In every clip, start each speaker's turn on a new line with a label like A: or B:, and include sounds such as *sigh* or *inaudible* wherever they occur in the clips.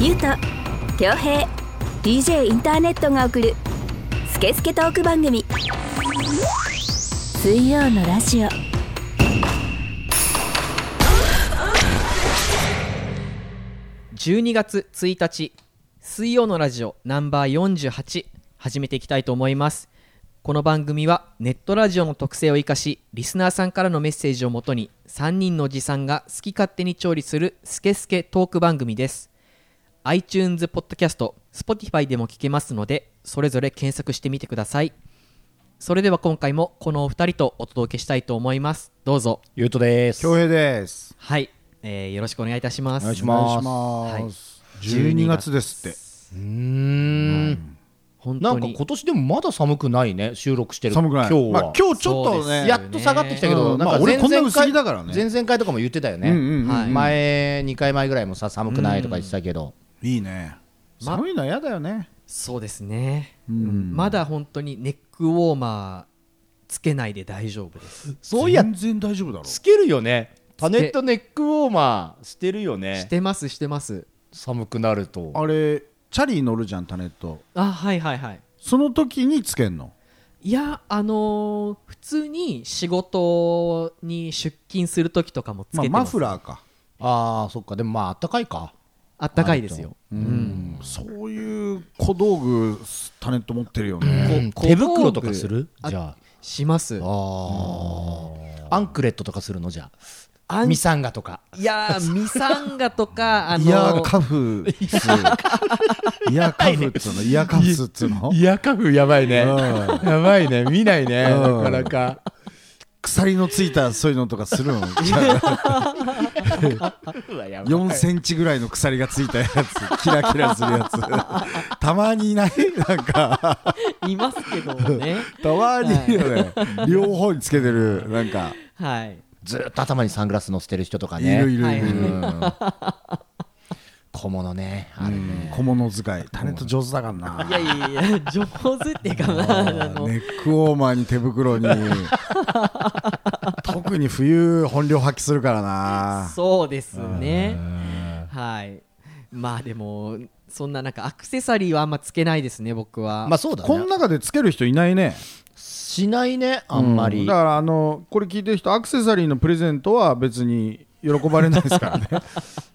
A: ゆうと恭平 DJ インターネットが送る「スケスケトーク番組」水曜のラジオ
B: 12月1日水曜のラジオナンバー48始めていきたいと思いますこの番組はネットラジオの特性を生かしリスナーさんからのメッセージをもとに3人のおじさんが好き勝手に調理するスケスケトーク番組です iTunes ポッドキャスト Spotify でも聞けますのでそれぞれ検索してみてくださいそれでは今回もこのお二人とお届けしたいと思いますどうぞ
C: ゆうとです。
D: 恭平です。
B: はい、えーよろしくお願いいたし
C: お願いし
D: お
C: ま
D: 願い
C: す。
D: します。
B: 12
D: 12月ですって。
C: うーん。
B: 本
C: な
B: 当
C: んか
B: に
C: 今年でもまだ寒くないね。収録してる。
D: 寒くない。
C: 今日は。
D: まあ今日ちょっと
B: そうです
D: ね。
C: やっと下がってきたけど、
D: うん
C: なん
D: ま
C: か
D: あ俺こん
C: 前
D: な
C: 々回
D: 薄着だからね
C: 前々回とかも言ってたよね。
D: うんうんうん
B: はい
C: 前2回前ぐらいもさ寒くないとか言ってたけど。
D: いいね。
B: ま
D: 寒いの嫌だよね。
B: そうですね、
D: ん
B: まだ本当にネックウォーマーつけないで大丈夫です
C: そういや
D: 全然大丈夫だろ。
C: つけるよね。
B: け
C: タネットネックウォーマーしてるよ
B: し
C: ね。
B: てますしてます
C: 寒くなると。
D: あれチャリ乗るじゃんタネット。
B: あはいはいはい
D: その時につけんの。
B: いやあのー普通に仕事に出勤する時とかもつけ
D: まあ
B: て
D: マ
B: ます、
D: フラーか。
C: ああそっかでもまああったかいか。
B: あったかいですよ
D: うん。そういう小道具タネット持ってるよね。
C: うん
B: こ
C: 手袋とかする
B: あ
C: じゃあ。
B: します
C: ああ。アンクレットとかするのじゃ
B: あ
C: あ。
B: ん
C: ミサンガとか。
B: いやーミサンガとかあのー
D: イヤーカフス。イヤーカフっつうのイヤーカフスっつうの。
C: イヤカフやばいね。
D: う
C: やばいね。見ないね。
D: うん
C: なかなか。
D: 鎖のついたそういうのとかするの。4センチぐらいの鎖がついたやつキラキラするや
C: *laughs*
D: つたまにいないなんか
B: いますけどもね
D: たまにいるよね、両方につけてるなんか
B: はい
C: ずーっと頭にサングラス乗せてる人とか
D: いるい
C: ね。
D: るいる、
C: 小物ね。あ
D: う
C: る
D: ん
C: ね。
D: 小物使いタネット上手だからない
B: やいやいや上手っていうかまああの
D: ネックウォーマーに手袋に特に冬本領発揮するからな
B: そうですね。はい。まあでも、そんななんかアクセサリーはあんまつけないですね、僕は。
C: まあそうだ
D: この
C: ね。
D: 中でつける人いないね
C: しないね、あんま
D: う
C: り
D: だ。からあのこれ聞いてる人アクセサリーのプレゼントは別に喜ばれないですからね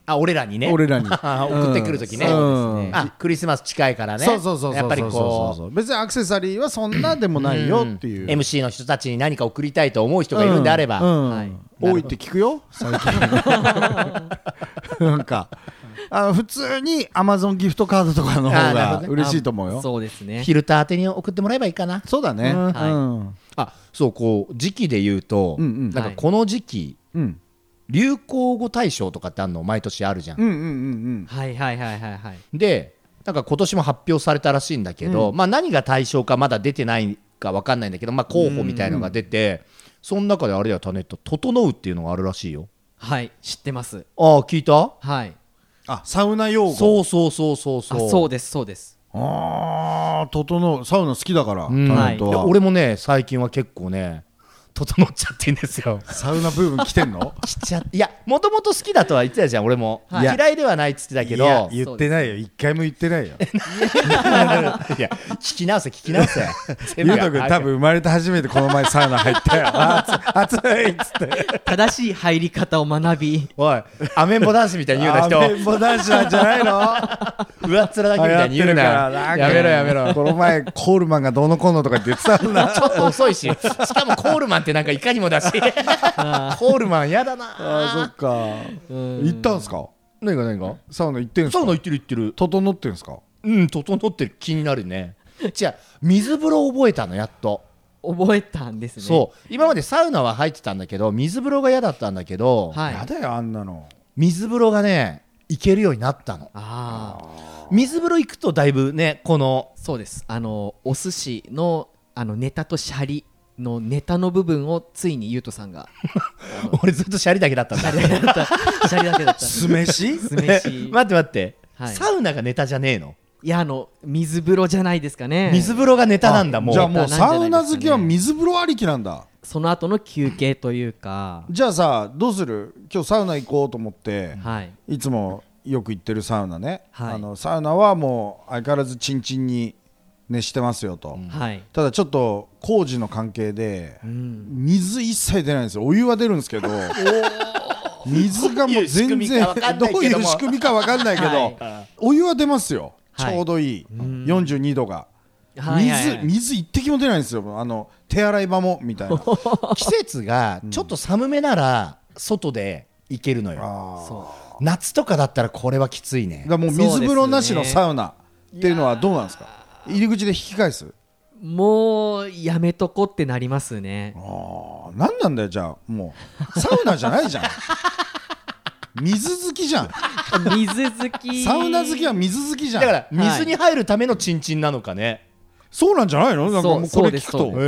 C: あ、俺らに *laughs* ね。
D: 俺らに
C: あ *laughs* 送ってくるときね。
D: うんうん
C: あ、クリスマス近いからね。
D: そうそうそうそう
C: やっぱり
D: そうそう
C: こ
D: そう別にアクセサリーはそんなでも
C: う。
D: ないよっていう、
C: ん MC の人たちに何か送りたいと思う人がいるんであれば、
D: うん
B: はい
D: 多いって聞くよ最近 *laughs* なんかあの普通にアマゾンギフトカードとかの
C: あ
D: 方
C: ーなる
D: が
C: ほどね
D: 嬉しいと思うよ
B: そうですね
C: フ。ィルター宛てに送ってもらえばいいかな
D: そうだね、
C: うん
B: はい
D: うん
C: あそうこう時期で言うと、
D: うんう
C: な
D: ん
C: んか
B: はい
C: この時期
D: うん、
C: 流行語大賞とかってあるの毎年あるじゃん、
D: うんうんうん
B: はいはいはいはいはい。
C: でなんか今年も発表されたらしいんだけど、まあ、何が対象かまだ出てないか分かんないんだけど、まあ、候補みたいのが出て、その中であれだよタネット「整う」っていうのがあるらしいよ
B: はい、知ってます。
C: ああ聞いた
B: はい。
D: あサウナ用語
C: そうそうそうそう
B: あ
C: そう
B: そうです、そうです。
D: あー整うサウナ好きだから、
C: うん
D: タレント
C: いや
D: は
C: 俺もね最近は結構ね整っちゃってんですよ
D: サウナブーム来てんの
C: しちゃいやもともと好きだとは言ってたじゃん俺も、
D: はい
C: 嫌いで *laughs* *laughs* はないっつってたけど
D: いや言ってないよ一回も言ってないよ
C: いや聞き直せ聞き *laughs* 直せ
D: ゆうとくん多分生まれて初めてこの前サウナ
C: *laughs*
D: 入ったよあ暑暑いっつって
B: 正しい入り方を学び、
C: おいアメンボ男子みたいに言うな人
D: アメンボ男子なんじゃないの
C: 上っ面だけみたいに言うなやめろやめろ
D: この前コールマンがどうのこうのとかって言ってた
C: *laughs*
D: んだ
C: ちょっと遅いししかもコールマンってなんかいかにも *laughs* だしコールマンやだな
D: っか行ったんすか
C: 何が何が
D: サウナ行ってんす
C: サウ
D: か
C: ナ行ってる行ってる
D: 整ってんすか
C: うん整ってる気になるねじゃあ水風呂覚えたのやっと
B: 覚えたんですね。
C: そう今までサウナは入ってたんだけど水風呂が嫌だったんだけど、
B: はい。
D: や
B: あ
D: だよあんなの
C: 水風呂がね行けるようになったの
B: あー、
C: 水風呂行くとだいぶねこの *laughs*
B: そうです。あの、お寿司のあのネタとシャリのネタの部分をついにゆうとさんが、
C: 俺ずっとシャリだけだったんだ
B: シャリだった、シャリだけだった。
D: 酢飯
B: 酢
C: え
B: 飯。
C: 待って待って、
B: はい
C: サウナがネタじゃねえの、
B: いや、あの、水風呂じゃないですかね。
C: *laughs* 水風呂がネタなんだもう
D: じゃあ
B: も
D: も
B: う
D: う
B: サ
D: サ
B: ウ
D: ウ
B: ナ
D: ナ
B: 好
D: 好
B: き
D: き
B: は
D: は水風呂ありきなんだ
B: その後の休憩というか、
D: じゃあさどうする今日サウナ行こうと思って、
B: はい、
D: い、つもよく行ってるサウナね、
B: はい
D: あのサウナはもう相変わらずチンチンに熱してますよと、
B: はい、
D: ただちょっと工事の関係で、
B: うん、
D: 水一切出ないんですよお湯は出るんですけど水がもう全然
C: ど
D: ど
C: う
D: う
C: い
D: いうう
C: 仕
D: 仕
C: 組
D: 組みか分かんないけど
C: はい
D: お湯は出ますよ、
B: はい
D: ちょうどいい42度が、
B: はいはいはい
D: 水水一滴も出ないんですよあの手洗い場もみたいな *laughs*
C: 季節がちょっと寒めなら外で行けるのよ
D: あ
B: そ
C: 夏とかだったらこれはきついね
D: ーだからもう水風呂なしのサウナっていうのはどうなんですか入り口で引き返す
B: う、もうやめとこってなりますね。
D: あー何なんだよじゃあもうサウナじゃないじゃん
B: *laughs*
D: 水好きじゃん
B: 水好き、
D: サウナ好きは水好きじゃ
C: だ
D: ん
C: から水に入るためのチンチンなのかね、
D: そうなんじゃないのなんかもう
B: そうそ
D: こ
B: う
D: れ
B: で
D: 聞
B: す
D: くと
B: そうです
C: へ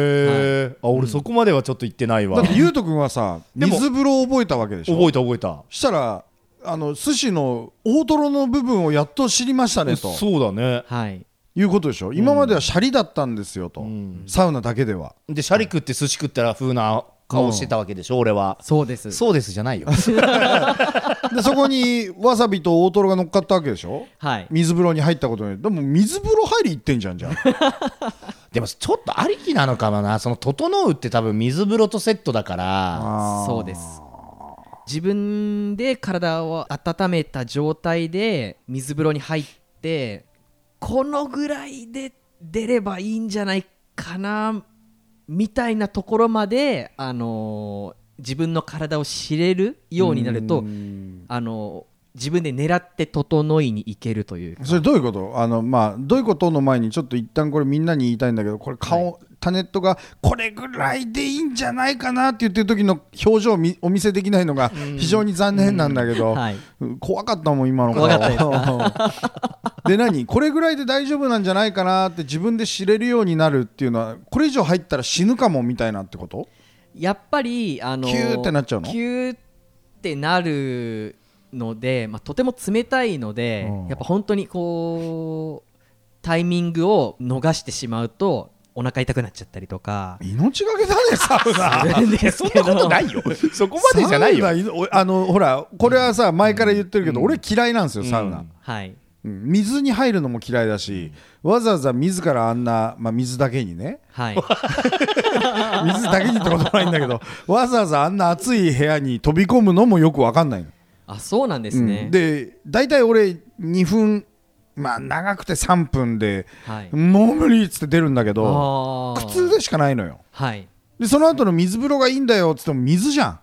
C: え、あ俺そこまではちょっと行ってないわ
D: だって
C: 覚
D: ゆうとくんはさ
C: でも
D: 水風呂を覚えたわけでしょ
C: えた *laughs* 覚えた
D: したらあの寿司の大トロの部分をやっと知りましたねと
C: そうだね
B: はい、
D: いうことでしょ今まではシャリだったんですよと、
C: ん
D: サウナだけでは
C: でシャリ食って寿司食ったら風な顔してたわけでしょ、俺は
B: そうです。
C: そうですじゃないよ *laughs*
D: でそこにわさびと大トロが乗っかったわけでしょ
B: はい、
D: 水風呂に入ったことによってでも水風呂入り行ってんじゃんじゃん
C: でもちょっとありきなのかもなその「整う」って多分水風呂とセットだから
B: *laughs*
D: あー
B: そうです。自分で体を温めた状態で水風呂に入ってこのぐらいで出ればいいんじゃないかなみたいなところまで、あのー自分の体を知れるようになると、あのー自分で狙って整いに行けるというか
D: それどういうことあの、まあ、どういうことの前にちょっと一旦これみんなに言いたいんだけどこれ顔、タネットがこれぐらいでいいんじゃないかなって言ってる時の表情をみお見せできないのが非常に残念なんだけど、
B: はい
D: 怖かったもん今の顔
B: 怖かったです
D: *laughs* で何これぐらいで大丈夫なんじゃないかなって自分で知れるようになるっていうのはこれ以上入ったら死ぬかもみたいなってこと
B: やっぱりあの
D: キューってなっちゃうの
B: キューってなるので、まあ、とても冷たいので、
D: うん
B: やっぱ本当にこうタイミングを逃してしまうとお腹痛くなっちゃったりとか
D: 命がけだねサ *laughs* ウナ
B: するんですけど
C: ないよそこまでじゃないよ
D: サウナおあのほらこれはさ前から言ってるけど、俺嫌いなんですよ
C: うん
D: サウナ、
B: はい
D: うん水に入るのも嫌いだし、わざわざ自らあんな、まあ、水だけにね
B: はい
D: 水だけにってことはないん
B: *laughs*
D: だけどわざわざあんな暑い部屋に飛び込むのもよくわかんないの
B: あそうなんですね、
D: うんで大体俺2分まあ長くて3分で、
B: はい
D: もう無理っつって出るんだけど
B: あー
D: 苦痛でしかないのよ
B: はい
D: でその後の水風呂がいいんだよっつっても水じゃん、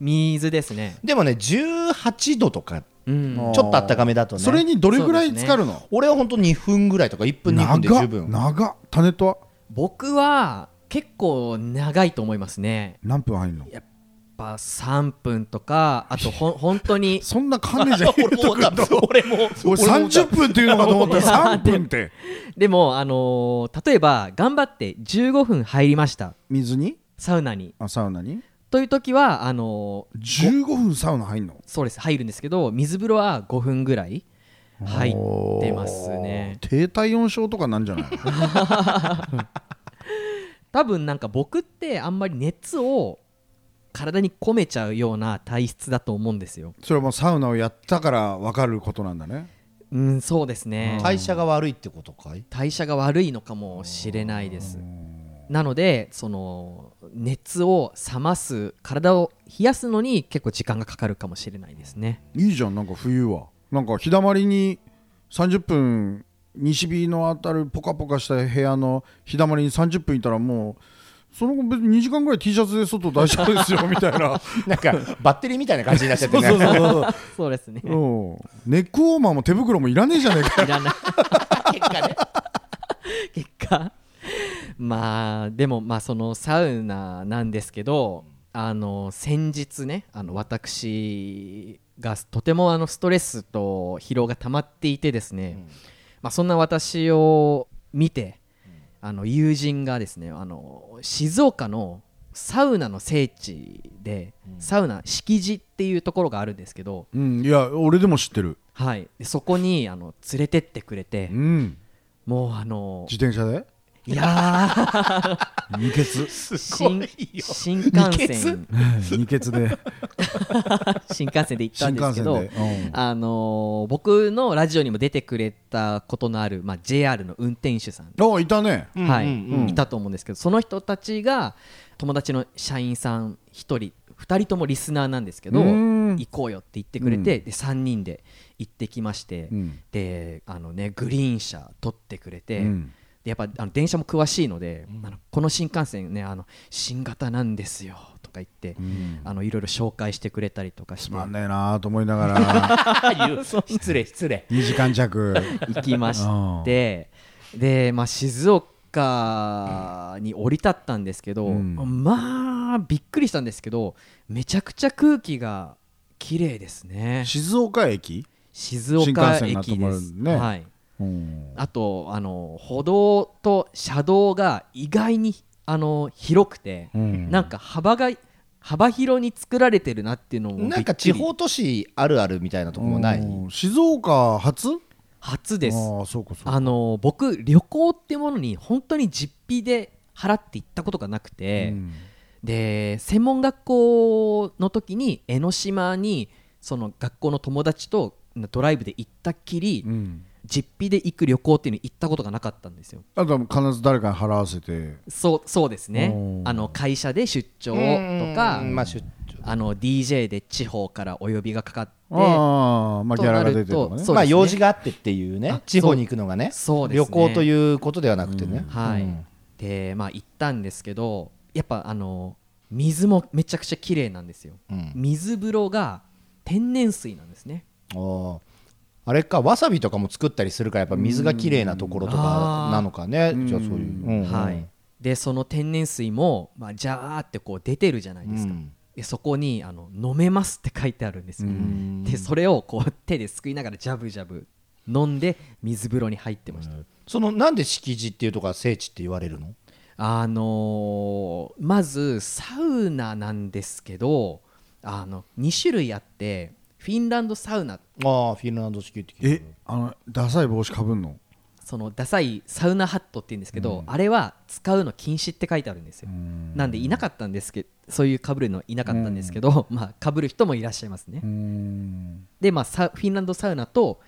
B: 水ですね
C: でもね18度とか
B: うん
D: あー
C: ちょっとあったかめだとね
D: それにどれぐらい
B: そうです
D: 浸
B: ね
D: かるの、
C: 俺はほんと2分ぐらいとか1分2分で
D: 長
C: 十
D: っ
C: 分
D: 長っタネットは
B: 僕は結構長いと思いますね
D: 何分入るの
B: やっぱ3分とかあと
D: *laughs*
B: ほん本当に
D: そんな感じじゃん
C: *laughs* 俺も俺も
D: 俺30分っていうのかと思ったら3分って
B: でも、あのー例えば頑張って15分入りました
D: 水に
B: サウナに
D: あサウナに
B: という時はあのー
D: 15分サウナ入んの
B: そうです入るんですけど水風呂は5分ぐらい入ってますね
D: 低体温症とかなんじゃない *laughs* の
B: 多分なんか僕ってあんまり熱を体に込めちゃうような体質だと思うんですよ
D: それはもうサウナをやったから分かることなんだね
B: うんそうですね
C: 代謝が悪いってことかい *laughs*
B: 代謝が悪いのかもしれないですなのでその熱を冷ます体を冷やすのに結構時間がかかるかもしれないですね
D: いいじゃんなんか冬はなんか日だまりに30分西日の当たるポカポカした部屋の日だまりに30分いたらもうその後別に2時間ぐらい T シャツで外大丈夫ですよみたいな
C: なんかバッテリーみたいな感じになっちゃってね
B: そうですね
D: うんネックウォーマーも手袋もいらねえじゃねえか
B: いら *laughs* ない *laughs* 結果ね結果まあでもまあそのサウナなんですけどあの先日ねあの私がとてもあのストレスと疲労が溜まっていてですね、まあ、そんな私を見てあの友人がですねあの静岡のサウナの聖地で、サウナ敷地っていうところがあるんですけど、
D: うんいや俺でも知ってる
B: はい、でそこにあの連れてってくれて、
D: うん
B: もうあの
D: 自転車で
B: いやー
D: 二血 *laughs*
B: 新新幹線
D: 二血で
B: 新幹線で行った
D: 新
B: んです
D: 幹
B: け
D: 線
B: ど
D: で、うん
B: あのー僕のラジオにも出てくれたことのある、まあ、JR の運転手さん、
D: あいたね
B: は
C: う
B: い
C: んうんうん
B: いたと思うんですけどその人たちが友達の社員さん1人2人ともリスナーなんですけど
D: うん
B: 行こうよって言ってくれて、で3人で行ってきまして、
D: うん
B: であの、ね、グリーン車取ってくれて。
D: うん
B: でやっぱあの電車も詳しいので、あのこの新幹線ねあの新型なんですよとか言って、あのいろいろ紹介してくれたりとかして、 *laughs*
D: まんねえなと思いなが *laughs* ら
C: 失礼失礼
D: 二時間弱
B: 行きましてで、まあ、静岡に降り立ったんですけど、
D: うん
B: まあびっくりしたんですけどめちゃくちゃ空気が綺麗ですね
D: 静岡駅
B: 静岡
D: 新幹線が
B: 駅
D: 止
B: で
D: まる
B: す、
D: ね
B: はい、
D: うん
B: あとあの歩道と車道が意外にあの広くて、
D: うん
B: なんか幅が幅広に作られてるなっていうのもびっく
C: な
B: り
C: んか地方都市あるあるみたいなとこもない
D: うん静岡初
B: 初です
D: ああそうかそうか
B: あの僕旅行ってものに本当に実費で払って行ったことがなくて、
D: うん
B: で専門学校の時に江ノ島にその学校の友達とドライブで行ったっきり、
D: うん
B: 実費で行く旅行っていうのに行ったことがなかったんですよ
D: あとは必ず誰かに払わせて
B: そうそうですね
D: おー
B: あの会社で出張
C: うん
B: とか、
C: まあ出張
B: あの DJ で地方からお呼びがかかって
D: ああまあ
B: と
D: ギ
B: な
D: ャラが
B: る
D: 出てる
B: と
D: とかね
B: そうですね
C: まあ用事があってっていう
B: あそ
C: ね
B: う
C: 地方に行くのがね
B: そうです
C: 旅
B: ね
C: 行ということではなくてね
B: はい、
C: うん
B: でまあ行ったんですけどやっぱあの水もめちゃくちゃ綺麗なんですよ
C: うん
B: 水風呂が天然水なんですね
C: おーあれかわさびとかも作ったりするからやっぱ水がきれいなところとかなのかね
D: うん
C: じゃあそういううんうん
B: はいでその天然水も、まあ、ジャーってこう出てるじゃないですか、
C: うん
B: でそこにあの「飲めます」って書いてあるんですよ、
C: ん
B: でそれをこう手ですくいながらジャブジャブ飲んで水風呂に入ってました、
C: そのなんで敷地っていうとこが聖地って言われるの
B: あのーまずサウナなんですけどあの2種類あってフィンランドサウナ
C: ああフィンランド式って聞い
D: え
C: た
D: あのダサい帽子かぶんの
B: そのダサいサウナハットって言うんですけど、あれは使うの禁止って書いてあるんですよ、なんでいなかったんですけどそういうかぶるのいなかったんですけど、まあかぶる人もいらっしゃいますね、
D: うん
B: で、まあ、サフィンランドサウナと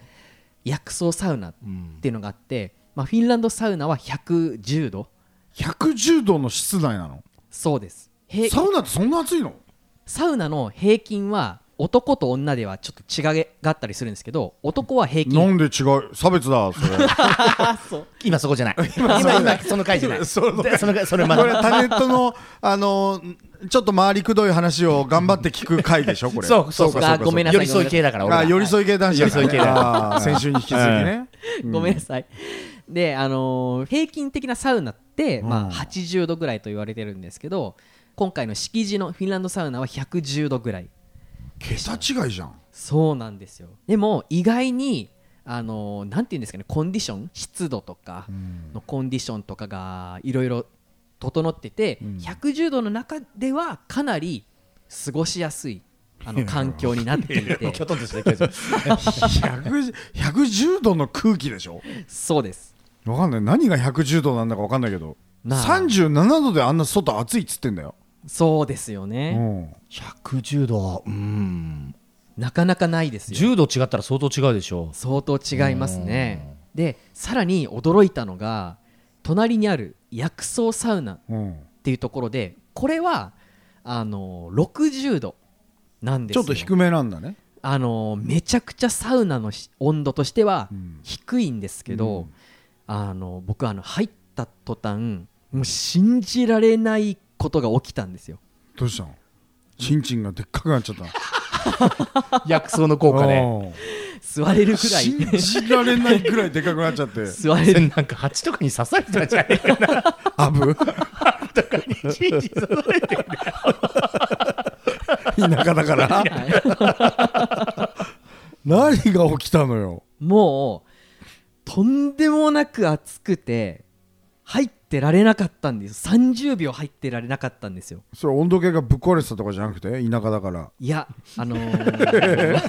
B: 薬草サウナっていうのがあって、まあ、フィンランドサウナは110度
D: 110度の室内なの
B: そうですへい
D: サウナってそんな暑いの
B: サウナの平均は男と女ではちょっと違いがあったりするんですけど男は平
D: な
B: 均
D: んで違う差別だそれ
C: 今そこじゃない *laughs* 今今その回じゃない *laughs* その回それま
D: これ
C: だ
D: タネットのあのちょっと回りくどい話を頑張って聞く回でしょこれ
C: そうそう
B: かごめんなさい
C: 寄り添い系だから俺
D: あ
C: は
D: 寄り添い系男子だからね
C: 寄り添い系だ
D: あー先週に引き続きね
B: ごめんなさいであのー平均的なサウナって、まあ、80度ぐらいと言われてるんですけど今回の敷地のフィンランドサウナは110度ぐらい
D: 桁違いじゃん
B: そうなんですよでも意外にあのーなんて言うんですかねコンディション湿度とかのコンディションとかがいろいろ整ってて、110度の中ではかなり過ごしやすいあの環境になっていて
C: きょとんとしてるけど
D: 100 110度の空気でしょ
B: そうです
D: わかんない何が110度なんだかわかんないけど
B: なあ
D: 37度であんな外暑いっつってんだよ、
B: そうですよ
D: う
B: ね、
D: ん、
C: 110度はうん
B: なかなかないですよ
C: 10度違ったら相当違うでしょ
B: 相当違いますねでさらに驚いたのが隣にある薬草サウナっ
D: うん、
B: ていうところでこれはあの60度なんです
D: ちょ
B: よ
D: っと低めなんだね
B: あのめちゃくちゃサウナのし温度としては
D: うん
B: 低いんですけど、
D: うん
B: あの僕あの入った途端もう信じられないことが起きたんですよ
D: どうしたのチンチンがでっかくなっちゃったの
C: う薬草の効果 *laughs* で
D: おー
B: 座れるぐらい
D: 信じられないぐらいでかくなっちゃって
B: *laughs* 座れ
C: そ
D: *laughs*
B: る
C: れなんか蜂とかに刺されたんじゃないかな
D: アブ
C: とかにいちいち刺されてる
D: 田舎だから
B: はい
D: 何が起きたのよ
B: もうとんでもなく暑くて入ってられなかったんです30秒入ってられなかったんですよ
D: それ温度計がぶっ壊れてたとかじゃなくて田舎だから
B: いやあのー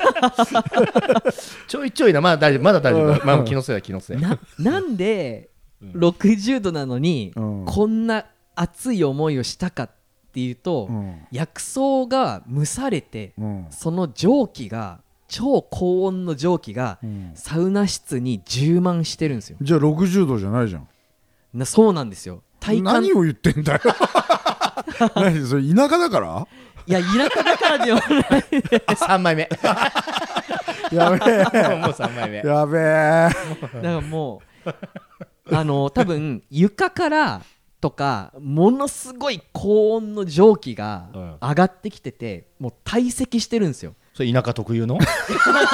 B: *laughs*
C: ちょいちょいなまだ大丈夫まだ大丈夫まあ気のせいだ気のせい
B: ななんで60度なのに、
D: うん
B: こんな熱い思いをしたかっていうと、
D: うん
B: 薬草が蒸されて、
D: うん
B: その蒸気が超高温の蒸気が、
D: うん
B: サウナ室に充満してるんですよ
D: じゃあ60度じゃないじゃん
B: なそうなんですよ体感
D: 何を言って
C: *laughs*
D: んだよ何それ田舎だから
B: いや田舎だからではない
C: 3枚 *laughs* 目も
D: やべ
C: う
D: え
C: 3枚 *laughs* 目
D: やべえ
B: だからもうあの多分床からとかものすごい高温の蒸気
C: うん
B: が上がってきてて、もう堆積してるんです
C: *laughs*
B: よ
C: それ田舎特有の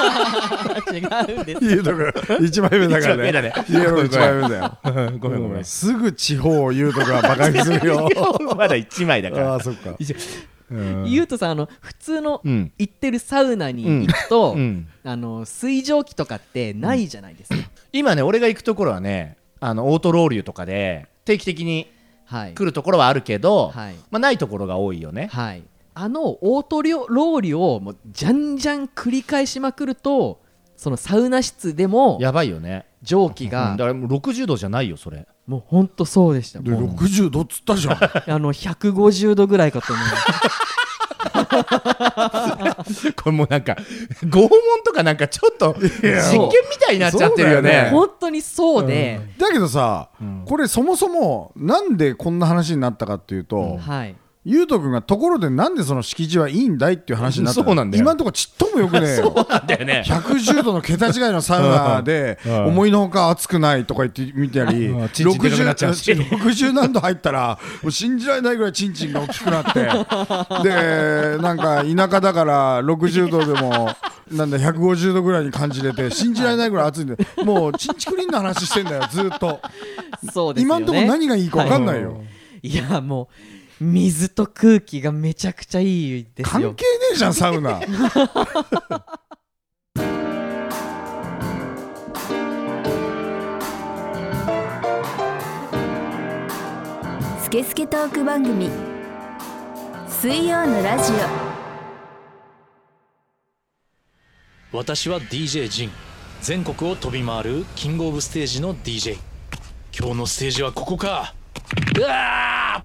B: 違うんです
D: いやだから一枚目だから
C: *laughs*
D: ね
C: 一枚目だね
D: イエロー一枚目だよ
C: ごめんごめん
D: うすぐ地方を言うとかバカにす
C: *laughs*
D: るよ
C: まだ1枚だか
D: あ
C: ら
D: あそっか
C: 一応
D: うん
B: ゆうとさんあの普通の
C: *laughs* うん
B: 行ってるサウナに行くと、
C: うん
B: あの水蒸気とかってないじゃないですか、
C: 今ね俺が行くところはねあのオートローリュとかで定期的に
B: はい
C: 来るところはあるけど、
B: はい
C: まあ、ないところが多いよね
B: はいあのオートリョローリをもうじゃんじゃん繰り返しまくるとそのサウナ室でも
C: やばいよね
B: 蒸気
C: うん
B: が
C: だからもう60度じゃないよそれ
B: もうほんとそうでした
D: で
B: もう
D: 60度っつったじゃん
B: あの150度ぐらいかと思い
D: *laughs*
B: ます
C: これもうなんか拷問とかなんかちょっと実
D: や
C: 験みたいになっちゃってるよ
D: そうだよ
C: ね
D: ね
B: 本当にそうで、
D: だけどさ、
C: ん
D: これそもそもなんでこんな話になったかっていうと、
B: はい
D: ゆうとくんがところでなんでその敷地はいいんだいっていう話になったの
C: そうなんだよ
D: 今のところちっともよくね
C: *laughs*
D: えよ
C: だよね
D: 110度の桁違いのサウナで
C: *laughs* うん
D: 思いのほか熱くないとか言ってみた
C: *laughs*
D: り
C: うんチンチンでかくなっちゃうし
D: 60 60何度入ったらもう信じられないぐらいチンチンが大きくな
C: *laughs*
D: ってでなんか田舎だから60度でもなんだ150度ぐらいに感じれて信じられないぐらい熱いんでもうチンチクリンの話してんだよずっと
B: そうですよね
D: 今んところ何がいいか分かんないよ、
B: いやもう水と空気がめちゃくちゃいいです
D: 関係
B: よ
D: ねえじゃんサウナ
A: スケスケトーク番組水曜のラジオ
E: 私は DJ ジン全国を飛び回るキングオブステージの DJ 今日のステージはここかうわあ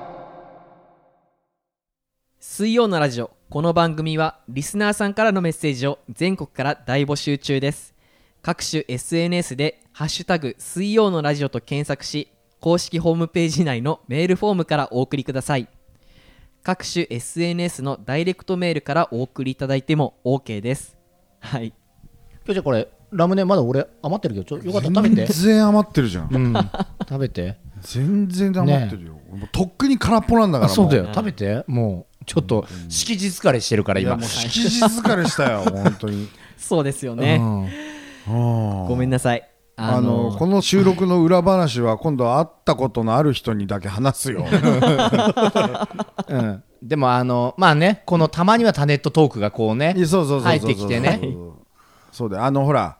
B: 水曜のラジオこの番組はリスナーさんからのメッセージを全国から大募集中です各種 SNS で「ハッシュタグ水曜のラジオ」と検索し公式ホームページ内のメールフォームからお送りください各種 SNS のダイレクトメールからお送りいただいても OK ですはい
C: じゃこれラムネまだ俺余ってるけどちょよかったら食べ
D: 全
C: て、
D: 然余ってるじゃん
C: うん、食べて
D: 全然黙ってるよ、もうとっくに空っぽなんだからも
C: そうだよ食べてもうちょっと敷地疲れしてるから今、
D: 敷地疲れした
C: *laughs*
D: よ本当に
B: そうですよね、ごめんなさい
D: あのこの収録の裏話は今度会ったことのある人にだけ話す
C: *laughs*
D: よ
C: うん、でもあのまあねこのたまにはタネットトークがこうね
D: いやそうそうそうそう
C: 入ってきてね
D: そうだよあのほら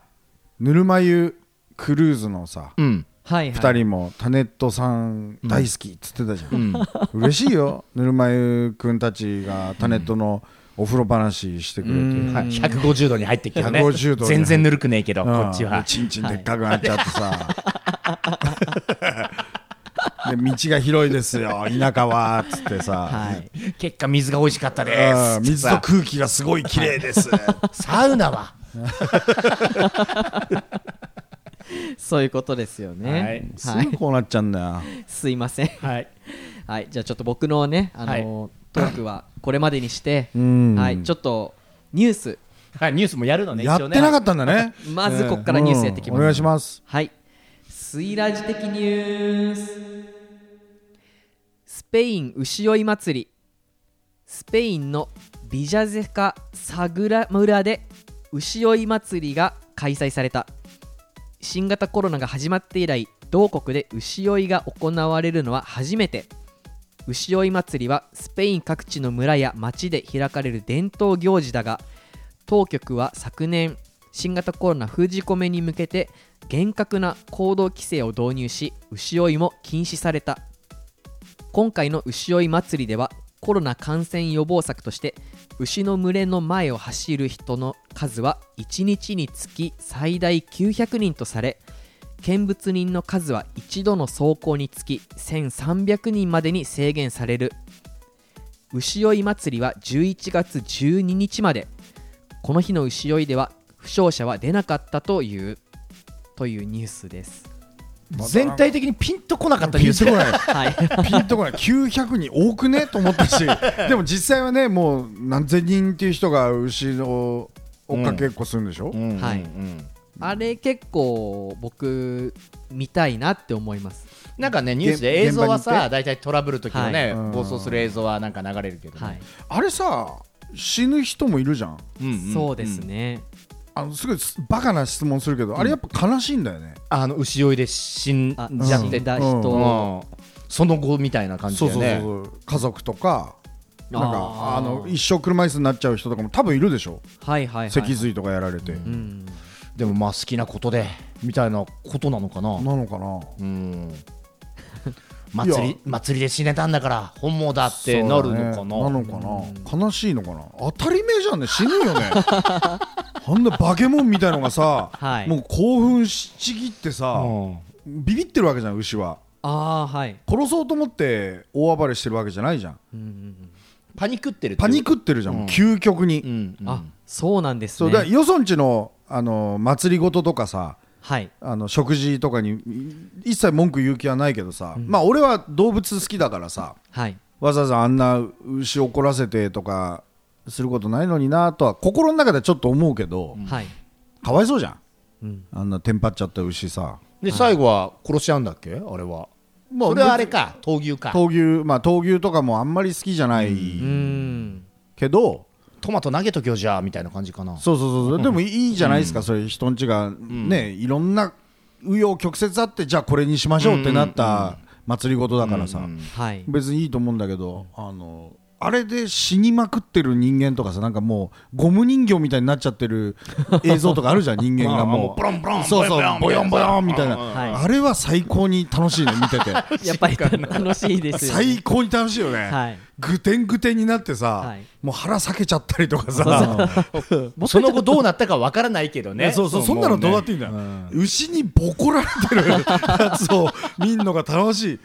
D: ぬるま湯クルーズのさ
C: うん
B: はいは
D: 2
B: い、
D: 人もタネットさん大好きっつってたじゃん、嬉しいよぬるま湯くんたちがタネットのお風呂話してくれて、
C: はい、150度に入ってきてね
D: 150度に
C: 全然ぬるくねえけど、
D: うん
C: こっちは
D: でチンチンでっかくなっちゃって
B: *laughs*
D: さ、で道が広いですよ田舎はっつってさ、
B: はい、
C: 結果水が美味しかったで
D: ああ
C: す
D: 水と空気がすごい綺麗です、
C: *laughs* サウナは、
B: そういうことですよね
D: すぐこうなっちゃうんだよ、
B: すいません
C: はい、
B: はい、じゃあちょっと僕のね、あのトークはこれまでにして、
D: ん
B: はい、ちょっとニュース、
C: はい、ニュースもやるのね
D: やってなか
C: っ
D: ったんだね
B: まずここからニュースやっていきます。
D: うんお願いします
B: はい、スイラジ的ニュース。スペイン牛追い祭り、スペインのビジャゼカ・サグラ村で牛追い祭りが開催された。新型コロナが始まって以来同国で牛追いが行われるのは初めて牛追い祭りはスペイン各地の村や町で開かれる伝統行事だが当局は昨年新型コロナ封じ込めに向けて厳格な行動規制を導入し牛追いも禁止された今回の牛追い祭りではコロナ感染予防策として牛の群れの前を走る人の数は1日につき最大900人とされ見物人の数は一度の走行につき1300人までに制限される牛追い祭りは11月12日までこの日の牛追いでは負傷者は出なかったというというニュースです
C: 全体的にピンとこなかったニュ
D: ピ
C: ー
D: ン
C: ス
D: とこない
B: はい
D: ピンとこない900人多くねと思った
B: *laughs*
D: しでも実際はねもう何千人っていう人が牛を追っかけっこするんでしょ、
C: うんうんうん
B: はいあれ結構僕見たいなって思います
C: なんかねニュースで映像は
D: 現場に行
C: さ
D: っ
C: 大体トラブル時のね、
D: はい
C: 暴走する映像はなんか流れるけど、ね
B: はい、
D: あれさ死ぬ人もいるじゃん
C: うんん
B: そうですね、
D: あのすごいバカな質問するけど、あれやっぱ悲しいんだよね
C: あの牛追いで死ん
B: あ
C: じゃっ
B: 死
C: て
B: んだ
C: う
B: 人、
C: んその後みたいな感じ
D: そう
C: で
D: そう
C: ね
D: そうそう家族とかなんか
B: あー
D: あの一生車椅子になっちゃう人とかも多分いるでしょ、
B: はいはいはい
D: 脊髄とかやられて、
B: うん
C: でもまあ好きなことでみたいなことなのかな
D: なのかな
C: うん祭
D: いや
C: り祭りで死ねたんだから本望だってなるのかな,、
D: そうだねなのかな悲しいのかな当たり前じゃんね死ぬよ
C: *laughs*
D: ねあんな化け物みたいのがさ、
B: はい
D: もう興奮しちぎってさ、
C: うん
D: ビビってるわけじゃん牛は
B: ああーはい、
D: 殺そうと思って大暴れしてるわけじゃないじゃん
B: うんうん
C: パニックってるって
D: パニックってるじゃん、
C: うん
D: もう究極に、
C: うんう
B: うんん、あそうなんです
D: そう
B: ね
D: だからよそんちのあの祭りごととかさ
B: はい
D: あの食事とかにい一切文句言う気はないけどさ、まあ俺は動物好きだからさ
B: はい
D: わざわざあんな牛怒らせてとかすることないのになとは心の中でちょっと思うけど、
B: はい、
D: かわいそうじゃん
B: うん、
D: あんなテンパっちゃった牛さ
C: で最後は殺しちゃうんだっけあれはもうそれはあれか闘牛か
D: 闘牛まあ闘牛とかもあんまり好きじゃない
B: うん
D: けど、
C: トマト投げときよじゃあみたいな感じかな
D: そうそうそうそうでもいいじゃないですか、それ人んちがね、いろんな紆余曲折あってじゃあこれにしましょうってなった祭りごとだからさ、
B: はい
D: 別にいいと思うんだけど、あのあれで死にまくってる人間とかさなんかもうゴム人形みたいになっちゃってる映像とかあるじゃん人間がもう
C: ブロンブロン
D: そうそうボ
C: ボ
D: ヨ
C: ヨ
D: ン
C: ン
D: ボ
C: ボ
D: ヨ
C: ヨ
D: ン
C: ン
D: みたいな、
B: はい
D: あれは最高に楽しいね見てて
B: やっぱり楽しいですよ、ね、
D: 最高に楽しいよね、
B: はい
D: ぐてんぐてんになってさ、
B: はい
D: もう腹裂けちゃったりとか *laughs* さ、
C: その後どうなったかわからないけど *laughs* ね
D: そうそうそんなのどうだっていいんだよ、牛にボコられてるやつを見るのが楽し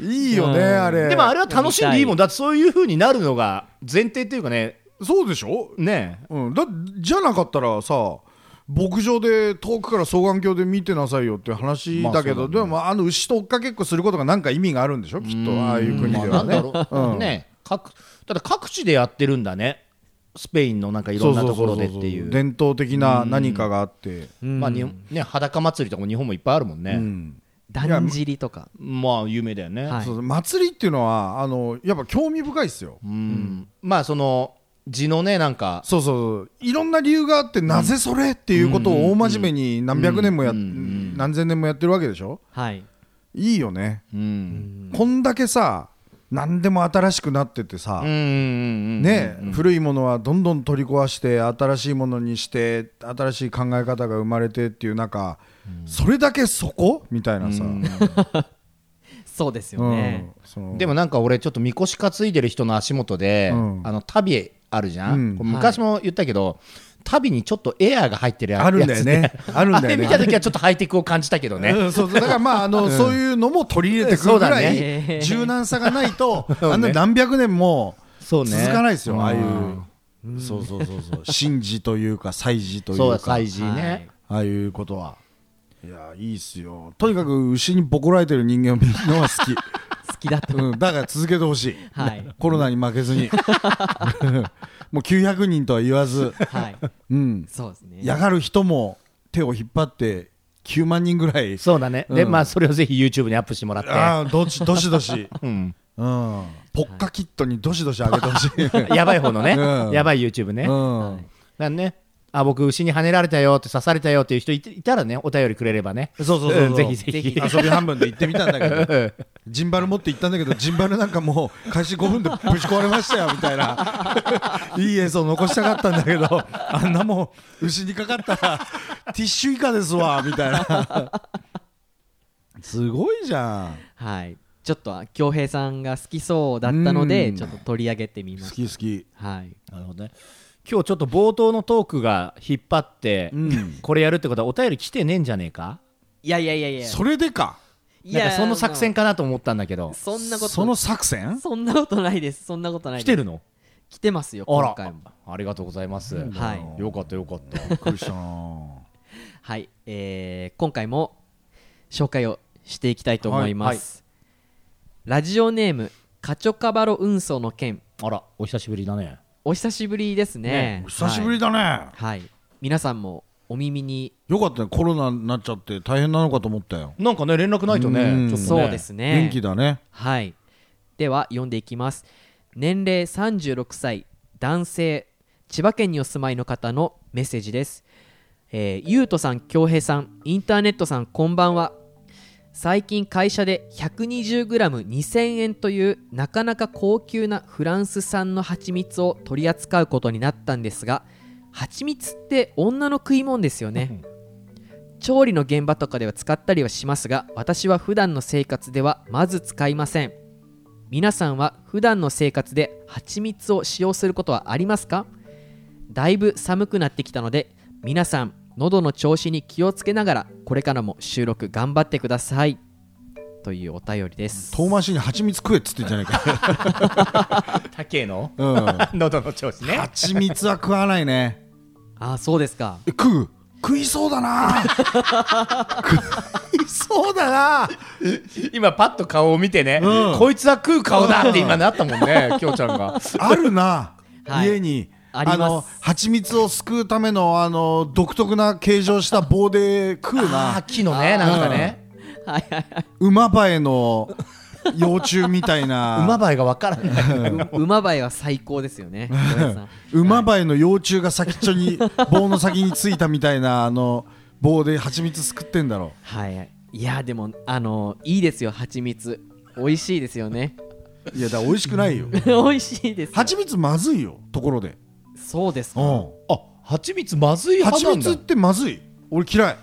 D: いいいよね、
B: うん
D: あれ
C: でもあれは楽しんでいいもんだってそういう風になるのが前提っていうかね
D: そうでしょ
C: ね
D: うん、だじゃなかったらさ牧場で遠くから双眼鏡で見てなさいよって話だけど、
C: まあそう
D: でもあの牛と追っかけっこすることがなんか意味があるんでしょきっとああいう国で
C: ま
D: は
C: あな
D: ね
C: んだろう、
D: うん
C: ね各ただ各地でやってるんだねスペインのなんかいろんなところでっていう
D: 伝統的な何かがあって、
B: うん
C: まあにね裸祭りとかも日本もいっぱいあるもんね、
D: うん
B: だんじりとか
C: まあ有名だよね、
B: はい
D: そうそう祭りっていうのはあのやっぱ興味深いですよ、
C: うんまあその地のねなんか
D: そうそういろんな理由があってなぜそれっていうことを大真面目に何百年もやっ、
C: うん
D: 何千年もやってるわけでしょ
B: はい
D: いいよね、
C: うん
D: こんだけさ何でも新しくなっててさ、
C: うんうんうん
D: ね古いものはどんどん取り壊して新しいものにして新しい考え方が生まれてっていう中、それだけそこみたいなさ、うん
B: そうですよね、
D: その
C: でもなんか俺ちょっとみこし担いでる人の足元で、
D: うん
C: あの旅あるじゃん、
D: うん
C: これ昔も言ったけど、旅にちょっとエアーが入ってるやつ
D: あるんだよねあるんだよね
C: あれ見た時はちょっとハイテクを感じたけどね、
D: うんそうそうだからまああの、そういうのも取り入れてくるぐら
C: そうだ
D: い
B: ね
D: 柔軟さがないと、
C: *laughs* そうね
D: あんな何百年も
C: そう
D: 続
C: ね
D: かないですよ、
C: ん
D: ああいうそうそうそ
C: *laughs*
D: うそう神事というか祭事とい
C: そう
D: う
C: だ
D: か
C: 祭事ね、
D: ああいうことはいやいいっすよとにかく牛にボコられてる人間を見るのは好き
B: 好きだと
D: うん、だから続けてほしい、
B: はい
D: コロナに負けずに *laughs* もう900人とは言わず、
B: はい
D: うん、
B: そうですね
D: やがる人も手を引っ張って9万人ぐらい
C: そうだね、で
D: うん
C: まあそれをぜひ YouTube にアップしてもらって
D: ああどしどしどし、
C: うん、
D: うん、ポッカキットにどしどしあげてほし
C: *laughs*
D: い、
C: やばい方のね、
D: うん
C: やばい YouTube ね、
D: うん
C: なんねあ僕牛に跳ねられたよって刺されたよっていう人いていたらねお便りくれればね
F: そうそうそうそう、
C: んぜひぜひ
D: *laughs* 遊び半分で行ってみたん
B: *laughs*
D: だけどジンバル持って行ったんだけどジンバルなんかもう開始5分でぶち壊れましたよみたいな *laughs* いい演奏残したかったんだけどあんなもう牛にかかったらティッシュ以下ですわみたいなすごいじゃん
B: はいちょっと恭平さんが好きそうだったので
D: うん
B: ちょっと取り上げてみま
D: 好
B: す
D: き好き
B: はい
C: なるほどね今日ちょっと冒頭のトークが引っ張って、
D: ん
C: これやるってことはお便り来てねえんじゃねえか
B: いやいやいやいや
D: それでか
B: い
C: な
B: や
C: んかその作戦かなと思ったんだけど
B: まあそんなこと
D: その作戦
B: そんなことないですそんなことない
C: 来
B: です
C: てるの
B: 来てますよ
C: あ
B: 今
C: ら
B: 回も
C: ありがとうございます、
B: はい
C: よかったよかった
D: びっくりし
B: *laughs*
D: たな
B: はい、えー今回も紹介をしていきたいと思います、ラジオネームカチョカバロ運送の件
C: あらお久しぶりだね
B: お久しぶりですね
D: お久しぶりだね
B: はい、はい皆さんもお耳に
D: よかったねコロナになっちゃって大変なのかと思ったよ
C: なんかね連絡ないとね
D: うん
C: ちょっとね
B: そうですね
D: 元気だね
B: はいでは読んでいきます年齢36歳男性千葉県にお住まいの方のメッセージです、えー、ゆうとさん恭平さんインターネットさんこんばんは最近会社で 120g2000 円というなかなか高級なフランス産の蜂蜜を取り扱うことになったんですが蜂蜜って女の食い物ですよね調理の現場とかでは使ったりはしますが私は普段の生活ではまず使いません皆さんは普段の生活で蜂蜜を使用することはありますかだいぶ寒くなってきたので皆さん喉の調子に気をつけながらこれからも収録頑張ってくださいというお便りです
D: 遠回しに蜂蜜食えっつってんじゃないか
B: *laughs*
C: 竹の
D: うん
C: 喉の調子 *laughs* ね
D: 蜂蜜は食わないね
B: ああそうですか
D: え食う食いそうだな食いそうだな
C: 今パッと顔を見てね、
D: うん
C: こいつは食う顔だって今なったもんねきょうちゃんが
D: あるな、
B: はい
D: 家に
B: あります
D: の蜂蜜をすくうためのあの独特な形状した棒で食う
C: あ
D: な
C: 木のねなんかね
B: *laughs* はいはい
D: 馬バエの幼虫みたいな
C: 馬映えがわからない
B: はい馬映えは最高ですよねごめんなさい
D: 馬バエの幼虫が先っちょに棒の先についたみたいなあの棒で蜂蜜すくってんだろ
B: はいいやでもあのいいですよ蜂蜜美味しいですよね
D: いやだから美味しくないよ
B: 美味しいですよ
D: 蜂蜜まずいよところで
B: そうです
D: う
B: か
D: ん
C: あ蜂蜜まずい
D: 蜂
C: 派なんだ
D: 蜜ってまずい俺嫌い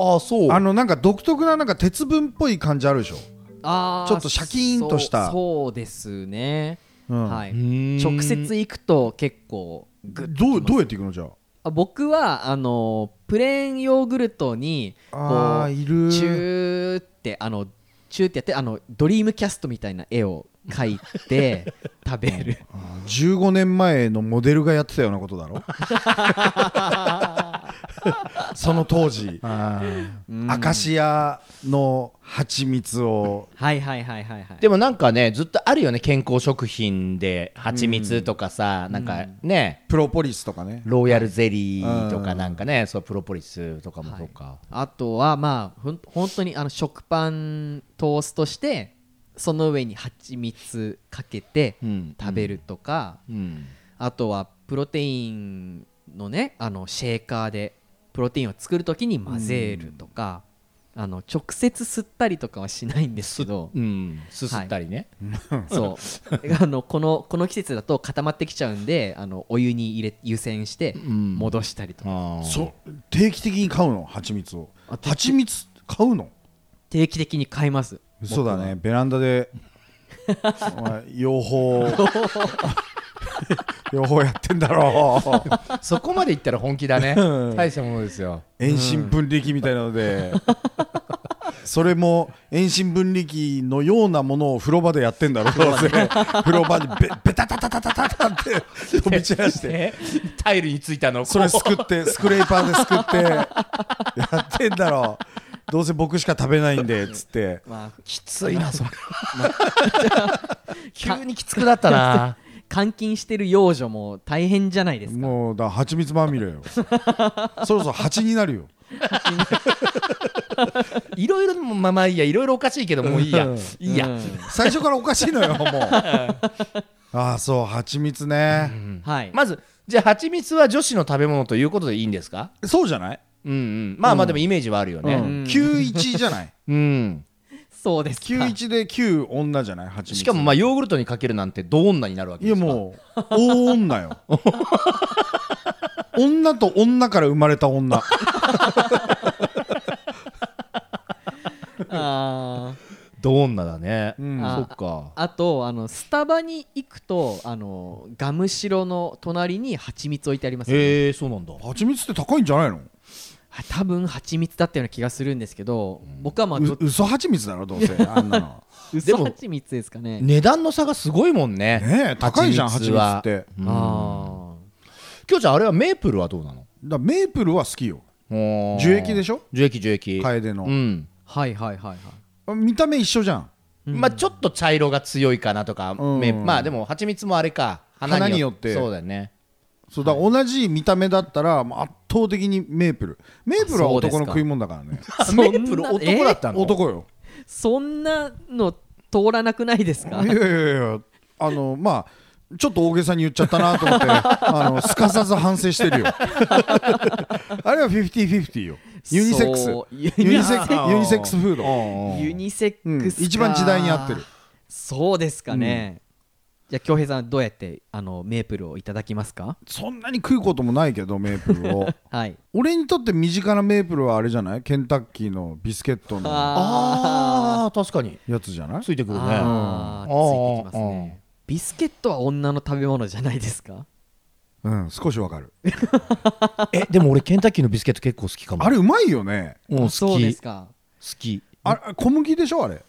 C: あそう
D: あのなんか独特ななんか鉄分っぽい感じあるでしょ
B: あー
D: ちょっとシャキーンとした
B: そうそうですね、
D: うん
B: はい
C: ーん
B: 直接行くと結構グッ
D: どうどうやっていくのじゃ
B: あ僕はあのプレーンヨーグルトにこう
D: ああーいる
B: チューってあのチューってやってあのドリームキャストみたいな絵を描いて食べ
D: *laughs*
B: る
D: 15年前のモデルがやってたようなことだろその当時
C: あー
D: アカシアの蜂蜜を
B: はいはいはいはいはい
C: でもなんかねずっとあるよね健康食品で蜂蜜とかさ、なんかね
D: プロポリスとかね
C: ロイヤルゼリーと
D: う
C: か
D: ん
C: なんかね、そうプロポリスとかもそうか、
B: あとはまあほん本当にあの食パントーストしてその上に蜂蜜かけて
C: うん
B: 食べるとか、
C: うん
B: あとはプロテインのねあのシェーカーでプロテインを作る時に混ぜるとか、あの直接吸ったりとかはしないんですけど
C: うん、すすったりね、
B: そう *laughs* あのこのこの季節だと固まってきちゃうんであのお湯に入れ湯煎して
C: ん
B: 戻したりとか、
C: あー
D: そ定期的に買うの蜂蜜を
B: あ定期
D: 蜂蜜買うの
B: 定期的に買います
D: 嘘だねベランダ *laughs* でお前養 *laughs* 蜂養蜂やってんだろう
C: そこまでいったら本気だね
D: うん
C: 大したものですよ
D: 遠心分離機みたいなので、それも遠心分離機のようなものを風呂場でやってんだろどうせ風呂場にベベタタタタタタタ *laughs* って飛び散らして
C: ねタイルについたの
D: それすくってスクレーパーですくってやってんだろどうせ僕しか食べないんでっつって
B: まあ
C: きついなそれ急にきつくなったな
B: 監禁してる幼女も大変じゃないですか
D: もうだ蜂蜜まみれよそろそろ蜂になるよ
C: いろいろもまあまあいいやいろいろおかしいけどもういいやいいや、
B: うん
D: 最 *laughs* 初からおかしいのよもうああそう蜂蜜ね
B: はい、
C: まずじゃあ蜂蜜は女子の食べ物ということでいいんですか
D: そうじゃない、
C: うんうんまあまあでもイメージはあるよ
D: う
C: ね
D: ん、91じゃ *laughs* ない
C: うん、
B: そうですか
D: 91で9女じゃない蜂蜜
C: しかもまあヨーグルトにかけるなんてど女になるわけ
D: い
C: で
D: や
C: すか
D: もう大女よ女と女から生まれた女
B: あー
C: ど女だね、
D: うん
C: そっか
B: あとあのスタバに行くとあのガムシロの隣に蜂蜜置いてありますよね
C: へえそうなんだ
D: 蜂蜜って高いんじゃないの
B: あ多分蜂蜜だったような気がするんですけど、僕はまあど
D: う嘘蜂蜜だろどうせあんなの
C: で
B: 嘘
C: も
B: 蜂蜜ですかね
C: 値段の差がすごいもんね
D: ねえ高いじゃん
C: 蜂蜜は
D: 蜂蜜って
C: うん
B: あ
C: きょうちゃんあれはメープルはどうなの
D: だからメープルは好きよ
C: おー
D: 樹液でしょ
C: 樹液樹液
D: 楓の
C: うん
B: あはいはいはいはい
D: 見た目一緒じゃん
C: まあちょっと茶色が強いかなとか、
D: うん
C: メープまあでも蜂蜜もあれか
D: 花によって
C: そうだよね
D: そうだから同じ見た目だったらもう圧倒的にメープルメープルは男の食い物だからね *laughs*
B: そんな
C: メープル男だったの
D: 男よ
B: そんなの通らなくないですか
D: いやいやいやあのまあちょっと大げさに言っちゃったなと思 *laughs* ってあのすかさず反省してるよ *laughs* あれは50-50よユニセックス
B: そうユ
D: ユ
B: ニ
D: ニセックスユニセックスフード、
B: ユニセ
D: う
B: ッ
D: ん
B: クスか、
D: 一番時代に合ってる
B: そうですかね、じゃあ恭平さんどうやってあのメープルをいただきますか
D: そんなに食うこともないけどメープル *laughs* を
B: はい
D: 俺にとって身近なメープルはあれじゃないケンタッキーのビスケットの
C: ああ確かに
D: やつじゃない
C: ついてくるね
B: あーつい
C: うん
B: てきますねビスケットは女の食べ物じゃないですか
D: うん少しわかる
C: えでも俺ケンタッキーのビスケット結構好きかも
D: あれうまいよね
C: うん好き
B: そうです
C: 好
B: か
C: き
D: あ小麦でしょあれ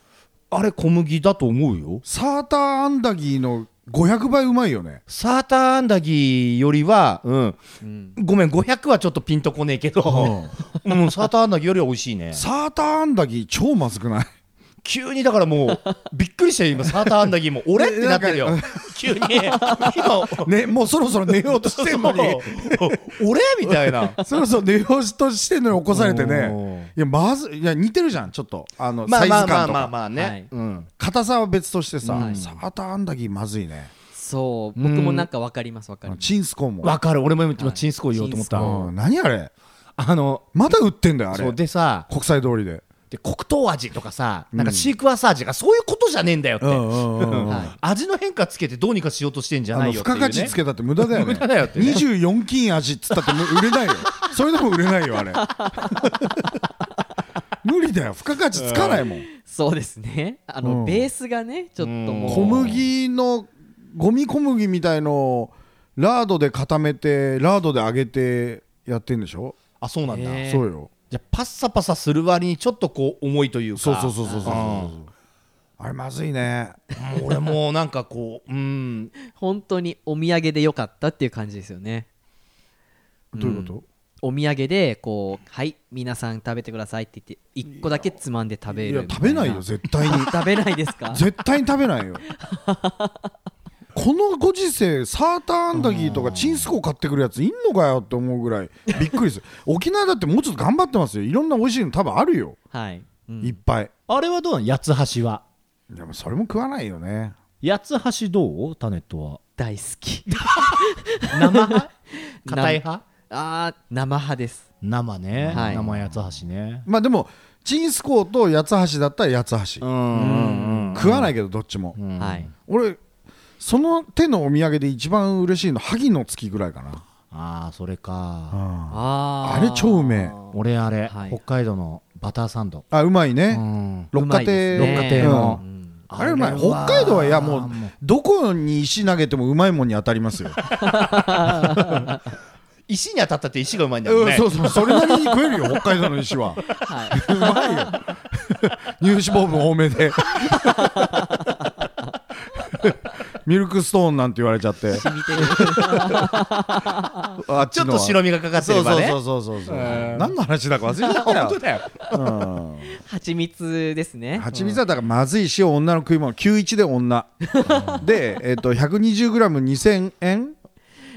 C: あれ小麦だと思うよ
D: サーターアンダギーの500倍うまいよね
C: サーターアンダギーよりはうん
B: うん
C: ごめん500はちょっとピンとこねえけど、 *laughs* うん、サーターアンダギーよりは美味しいね
D: サーターアンダギー超まずくない *laughs*
C: 急にだからもうびっくりしたよ今サーターアンダ
D: *laughs*
C: ギーも俺ってなってるよ
D: な
C: 急に今
D: ねもうそろそろ寝ようとしてんのに
C: 俺みたいな
D: そろそろ寝ようとしてんのに起こされて
C: お
D: ねいやまずいや似てるじゃんちょっとあの
C: ま
D: サ
C: あ
D: イズ
C: まあま
D: 感
C: あ
D: と
C: まあ
D: か
C: まあね、
B: はい
C: うん、
D: 硬さは別としてさ、
B: はい
D: サーターアンダギーまずいね
B: そう僕もなんかわかりますわかります
D: チンスコーンも
C: わかる俺も今
B: はい
C: チンスコー言おうと思った、
B: チンス
D: うん何あれ
C: あの
D: まだ売ってんだよあ
C: そう
D: れ
C: でさ
D: 国際通りで
C: で黒糖味とかさなんかシークワーサー味がそういうことじゃねえんだよって、
D: あ
B: はい
C: 味の変化つけてどうにかしようとしてんじゃな
D: の
C: いよ
D: 付
C: ってい
D: 加
C: う、ね、
D: 価値つけたって無駄だよ
C: *laughs*
D: ね
C: 無駄だよってね
D: 24金味っつったってもう売れないよそれでも売れないよあれ *laughs* 無理だよ付加価値つかないもん
B: そうですねあ
D: う
B: の
D: ん
B: ベースがねちょっともう
D: 小麦のゴミ小麦みたいのをラードで固めてラードで揚げてやってんでしょ
C: あそうなんだ、
B: へえ
D: そうよ
C: じゃあパッサパサする割にちょっとこう重いというか
D: そうそうそうそうそうそう
C: うん
D: あれまずいね
C: もう俺もなんかこううん
B: 本当にお土産でよかったっていう感じですよね
D: どういうこと
B: お土産でこう「はい皆さん食べてください」って言って1個だけつまんで食べ
D: い
B: る
D: や
B: みた
D: 食べないよ絶対に
B: *laughs* 食べないですか
D: 絶対に食べないよこのご時世サーターアンダギーとかチンスコー買ってくるやついんのかよって思うぐらいびっくりする沖縄だってもうちょっと頑張ってますよいろんな美味しいの多分あるよ、
B: はい、うん
D: いっぱい
C: あれはどうなの八つ橋は
D: でもそれも食わないよね
C: 八つ橋どうタネットは
B: 大好き *laughs*
C: 生派硬い派
B: あー生派です
C: 生ね、
B: はい
C: 生八つ橋ね
D: まあでもチンスコーと八つ橋だったら八つ橋、
C: んうん
D: 食わないけどどっちも、
C: うん
B: はい
D: 俺その手のお土産で一番嬉しいの萩の月ぐらいかな、
C: ああそれか、
D: あ
B: あ
D: あれ超うめえ
C: 俺あれ、
B: はい
C: 北海道のバターサンド、
D: うまいね、
C: うん
D: 六花亭
B: うまいですね
C: 六花亭
D: うん
C: の
D: あれうまい北海道はいやもうどこに石投げてもうまいもんに当たりますよ、
C: 石に当たったって石がうまいんだもん
D: うん
C: ね、
D: そうそうそれなりに食える *laughs* よ北海道の石は
B: は
D: うまいよ *laughs* 入手ボ分多めでミルクストーンなんて言われちゃって
B: い見てる
D: あっ
C: ちょっと
D: 白
C: 白身がかかって
D: そ
C: れ
D: う
C: ば
D: そう
C: ね
D: そうそうそうそう何の話だか忘れちゃったよ
C: だよ
D: うん
B: 蜂蜜ですね
D: 蜂蜜はだからまずいし女の食い物91で女で、えっと 120g2000 円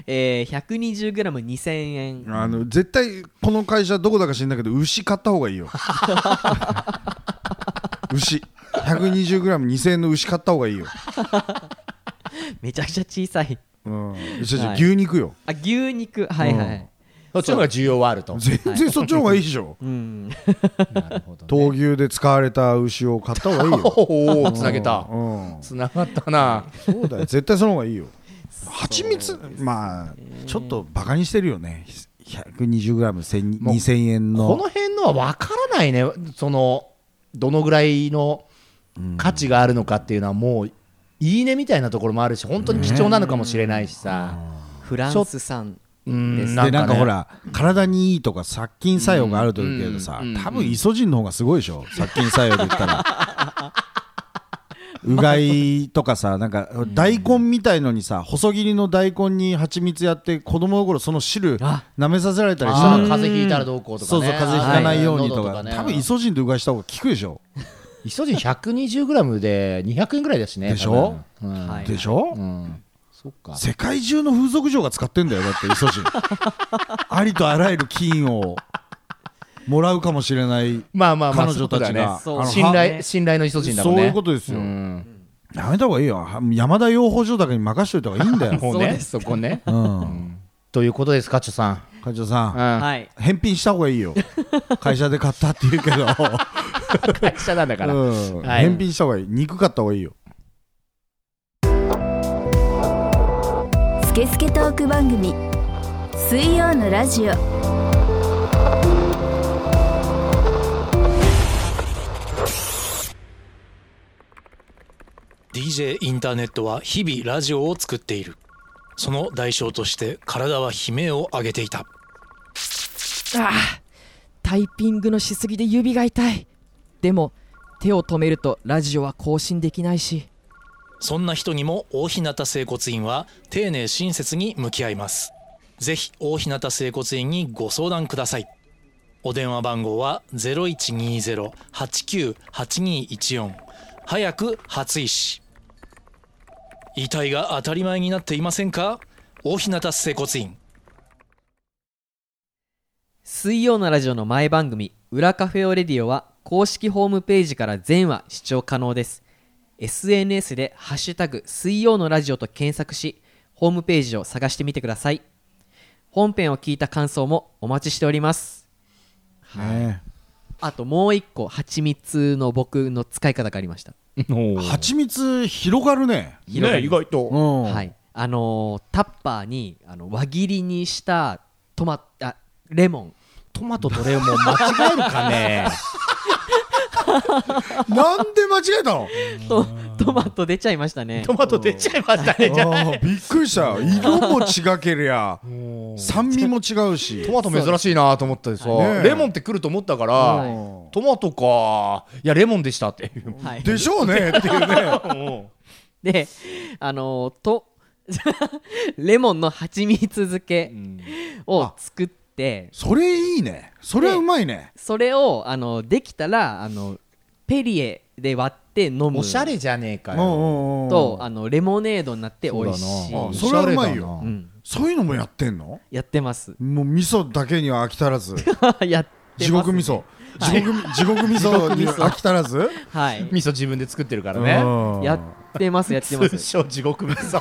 B: えー、120g2000 円
D: あの絶対この会社どこだか知んないけど牛買った方
B: *laughs*
D: がいいよ牛 120g2000 円の牛買った方がいいよ
B: めちゃくちゃ小さい
D: うん、じゃあ
B: はい
D: 牛肉よ
B: あ牛肉はいはい
C: そっちの方が需要はあると
D: 全然そっちの方がいいでしょ
B: うん、
C: なるほどね
D: 闘牛で使われた牛を買った方
B: *laughs*
D: がいいよ、
C: おおつなげた
D: うん、
C: つながったな
D: そうだよ絶対その方がいいよ蜂蜜まあちょっとバカにしてるよね 120g2000 円
C: この
D: の
C: 辺のは分からないねそのどのぐらいの価値があるのかっていうのはもういいねみたいなところもあるし本当に貴重なのかもしれないしさ
B: フランス産
C: うん
B: ですね
D: でなんか
C: ね
D: ほら体にいいとか殺菌作用があるというけどさ、
C: うんうん
D: 多分イソジンの方がすごいでしょ殺菌作用で言ったら *laughs* うがいとかさなんか大根みたいのにさ細切りの大根に蜂蜜やって子供の頃その汁
B: あ
D: 舐めさせられたりした
C: あ
D: の
C: ー風邪ひいたらどうこうとか
D: そう
C: ね
D: そう風邪ひかないようにと
C: は
D: か
C: い喉
D: 多分
C: ね
D: イソジンでうがいした方が効くでしょ
C: イソジン 120g で200円ぐらいだしね
D: でしょ
C: 多分うん
B: はい
D: でしょ
C: うんそっか
D: 世界中の風俗嬢が使ってんだよだってイソジンありとあらゆる金をもらうかもしれない
C: まあまあまあ
D: 彼女たちが
B: そう
D: あ
B: だ
D: の
B: ね
C: 信
B: は
C: 頼信頼のイソジンだもんね
D: そういうことですよ
C: うん
D: やめた方がいいよは山田養蜂場だけに任しといた方がいいんだ
C: *laughs*
D: よ
C: もう
B: そう
C: ね
B: です
C: そこね
D: うん
C: ということですかちょさん
D: 会長さ
C: うん会
D: ん
B: はい
D: 返品した方がいいよ会社で買ったって言うけ
C: *laughs*
D: ど、
C: 社なんだから
D: うん
C: はい
D: 返品した方がいい肉買った方がいいよ
A: スケスケトーク番組水曜のラジオ
E: 「DJ インターネット」は日々ラジオを作っているその代償として体は悲鳴を上げていた
B: タイピングのしすぎで指が痛いでも手を止めるとラジオは更新できないし
E: そんな人にも大日向整骨院は丁寧親切に向き合いますぜひ大日向整骨院にご相談くださいお電話番号は0120-89-8214早く初医師遺体が当たり前になっていませんか大日向整骨院
B: 水曜のラジオの前番組「裏カフェオレディオ」は公式ホームページから全話視聴可能です SNS で「ハッシュタグ水曜のラジオ」と検索しホームページを探してみてください本編を聞いた感想もお待ちしております
D: ね
B: あともう一個蜂蜜の僕の使い方がありました
D: 蜂蜜広がるね
B: 広がります
C: 外と
D: うん
B: はいあのータッパーにあの輪切りにしたトマあレモン
C: トマトとレモン間違えるかね
D: なんで間違えたの
B: とトマト出ちゃいましたね
C: *laughs* トマト出ちゃいました *laughs* ねじゃあ
D: あーびっくりした色も違けりゃ酸味も違うし
C: トマト珍しいなと思ったでさ、
D: ねえ
C: レモンって来ると思ったから、
B: は
C: トマトかいやレモンでした *laughs* っていう
B: はい
D: でしょうねっていうね
B: であのーと *laughs* レモンの蜂蜜漬けを作って
D: それいいねそれはうまいね
B: それをあのできたらあのペリエで割って飲む
C: おしゃれじゃねえか
D: う
C: よ、
D: んうんうん
B: とあのレモネードになって美味しい
D: そうだなあ
B: う
D: それはうまいよ
C: おしゃれだ
B: ん、
D: そういうのもやってんの
B: やってます *laughs*
D: もう味噌だけには飽き足らず
B: やってます
D: 地獄味噌地獄
B: *laughs*
D: み地獄味噌に飽き足らず
B: はい
C: 味噌自分で作ってるから
D: う
C: ね
D: ん
B: やってますやってま
C: 通 *laughs*
B: す
C: 称地獄味噌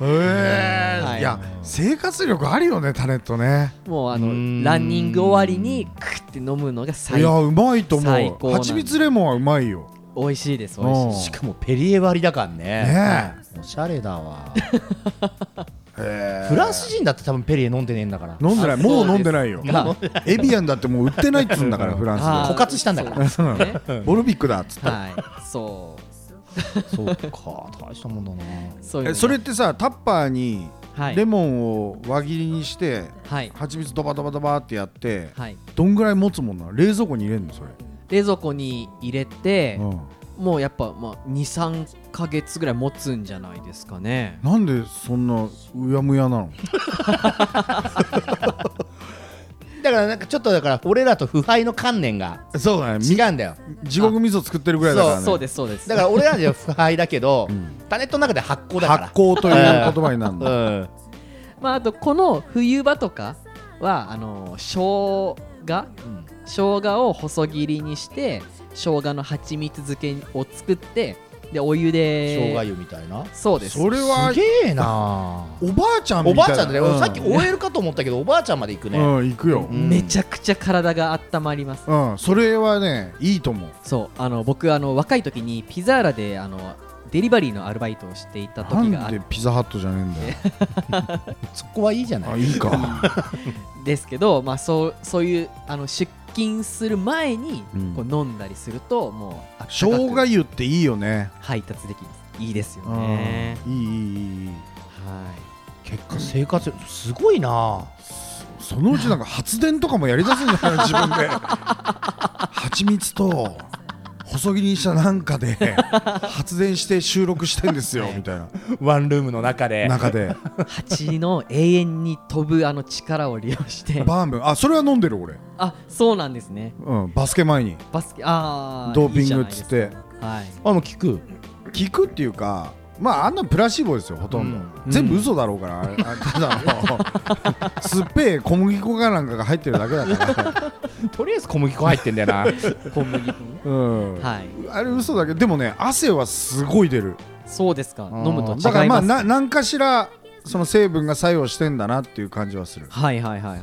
B: は
D: へえ
B: い
D: いや生活力あるよねタネットね
B: もうあ
C: うーん
B: のランニング終わりにクッて飲むのが
D: い
B: 最
D: やうまいと
B: 最
D: 思
B: 高
D: う
B: なん
D: 蜂蜜レモンはうまいよ
B: 美味しいです美味しい
D: うん
C: *laughs* しかもペリエ割りだからね
D: ね
C: おしゃれだわ
D: へ
C: フランス人だって多分ペリエ飲んでねえんだから
D: え飲んでない
B: あそうです
D: もう飲んでな
B: *laughs*
D: いよ
B: が
D: エビアンだってもう売ってないっつうん
B: *laughs*
D: だからフラ
B: あ
D: ン
B: ー
C: 枯渇したんだから
D: スで
B: そうですね
D: うんボルビックだっつった
B: はいそう
C: そうか大したもんだな
B: そういうの
D: え
B: が
D: それってさタッパーに
B: はい
D: レモンを輪切りにして
B: はい
D: 蜂蜜ドバドバドバってやって
B: はい
D: どんぐらい持つもんなの冷蔵庫に入れるのそれ
B: 冷蔵庫に入れて
D: うん
B: もうやっぱ、まあ、23か月ぐらい持つんじゃないですかね
D: なんでそんなうやむやなの
C: だからなんかちょっとだから俺らと腐敗の観念が
D: そうだ
C: 違うんだよ
D: 地獄味噌作ってるぐらいだからね
B: そうですそうです
C: だから俺らでは腐敗だけど、タネットの中で発酵だから
D: 発酵という言葉になるん
C: う
D: だ
C: ん
B: まあ、あとこの冬場とかはあの生姜
C: うん
B: 生姜を細切りにして生姜の蜂蜜漬けを作ってでお湯で
C: 障害油みたいな
B: そうです
D: それは
C: すげえな
D: おばあちゃん
C: お
D: み
C: ば
D: たいな
C: あちゃんでね
D: う
C: さっき OL かと思ったけどおばあちゃんまで行くね
D: うん行くよ
B: めちゃくちゃ体が温まります
D: うんそれはねいいと思う
B: そうあの僕あの若い時にピザーラであのデリバリーのアルバイトをしていた
D: な
B: 時があ
D: ん
B: っ
D: でピザハットじゃねえんだよ
C: そこはいいじゃな
D: あ
C: い
D: いいか
B: ですけど、まあ、そうそういうあの出勤する前に
D: うん
B: こう飲んだりすると、もうあった
D: 生姜
B: かく
D: 湯っていいよね
B: 配達できますいいですよ
D: う
B: ね
D: ん、いいいいいいいい
B: はい
C: 結果生活すごいな
D: そのうちなんか発電とかもやりだすんじ
B: *laughs*
D: ゃないの自分で蜂蜜と細切りにしたなんかで
B: *laughs*
D: 発電して収録してんですよみたいな
C: *laughs* ワンルームの中で
D: 中で
B: 蜂の永遠に飛ぶあの力を利用して
D: バームあそれは飲んでる俺、
B: あそうなんですね
D: うん、バスケ前に
B: バスケあー
D: ドーピング
B: いいじゃないですか
D: っつって
B: はい
C: あもう聞く
D: 聞くっていうかまああんなプラシーボですよほとんど、
B: うん
D: 全部嘘だろうから、あれあただの *laughs* 酸っぱい小麦粉かなんかが入ってるだけだ
B: *laughs*
D: から、
C: とりあえず小麦粉入ってんだよ *laughs* な
B: 小麦粉
D: うん
B: はい
D: あれ嘘だけどでもね汗はすごい出る
B: そうですか飲むと違います
D: だからまあな何かしらその成分が作用してんだなっていう感じはする
B: はいはいはいはい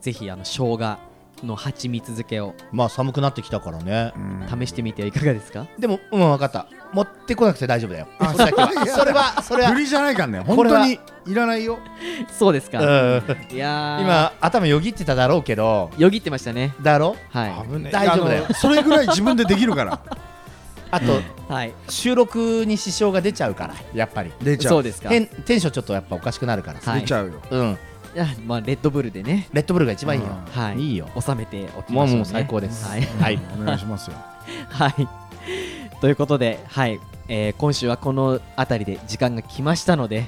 B: ぜひあの生姜の蜂蜜漬けを
C: まあ寒くなってきたからね
B: 試してみてはいかがですか、
C: でもうん分かった持ってこなくて大丈夫だよそれだけはそれはそれは
D: 振りじゃないからね
C: こ
D: 本
C: れは
D: 当にいらないよ
B: そうですか、
C: うん
B: いやー
C: 今頭よぎってただろうけど
B: よぎってましたね
C: だろ
B: は
C: ねえ大丈夫だよ
D: あのそれぐらい自分でできるから
C: あと
B: いはい
C: 収録に支障が出ちゃうからやっぱり
D: 出ちゃ
B: そう
D: う
B: ですか
C: テン
B: い
C: テンションちょっとやっぱおかしくなるからさ
B: はい
D: 出ちゃうよ
C: うん
B: やまあレッドブルでね
C: レッドブルが一番いいよ
D: うん
B: はい
C: いいよ
B: 収めておき
C: も
B: ま
C: う
B: しょう、ね、
C: もう最高です
B: はい、
C: はい
D: お願いしますよ
B: はい、ということで、はいえー今週はこの辺りで時間が来ましたので、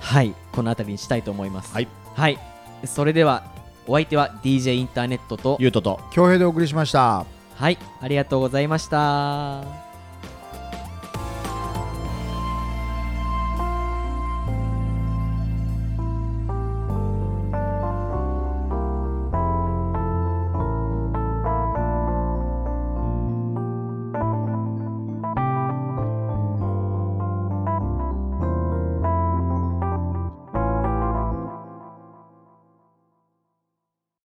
B: はい、この辺りにしたいと思います。
C: はい、
B: はい、それではお相手は DJ インターネットと、
C: ゆうとと
D: 恭平でお送りしました
B: はい、ありがとうございました。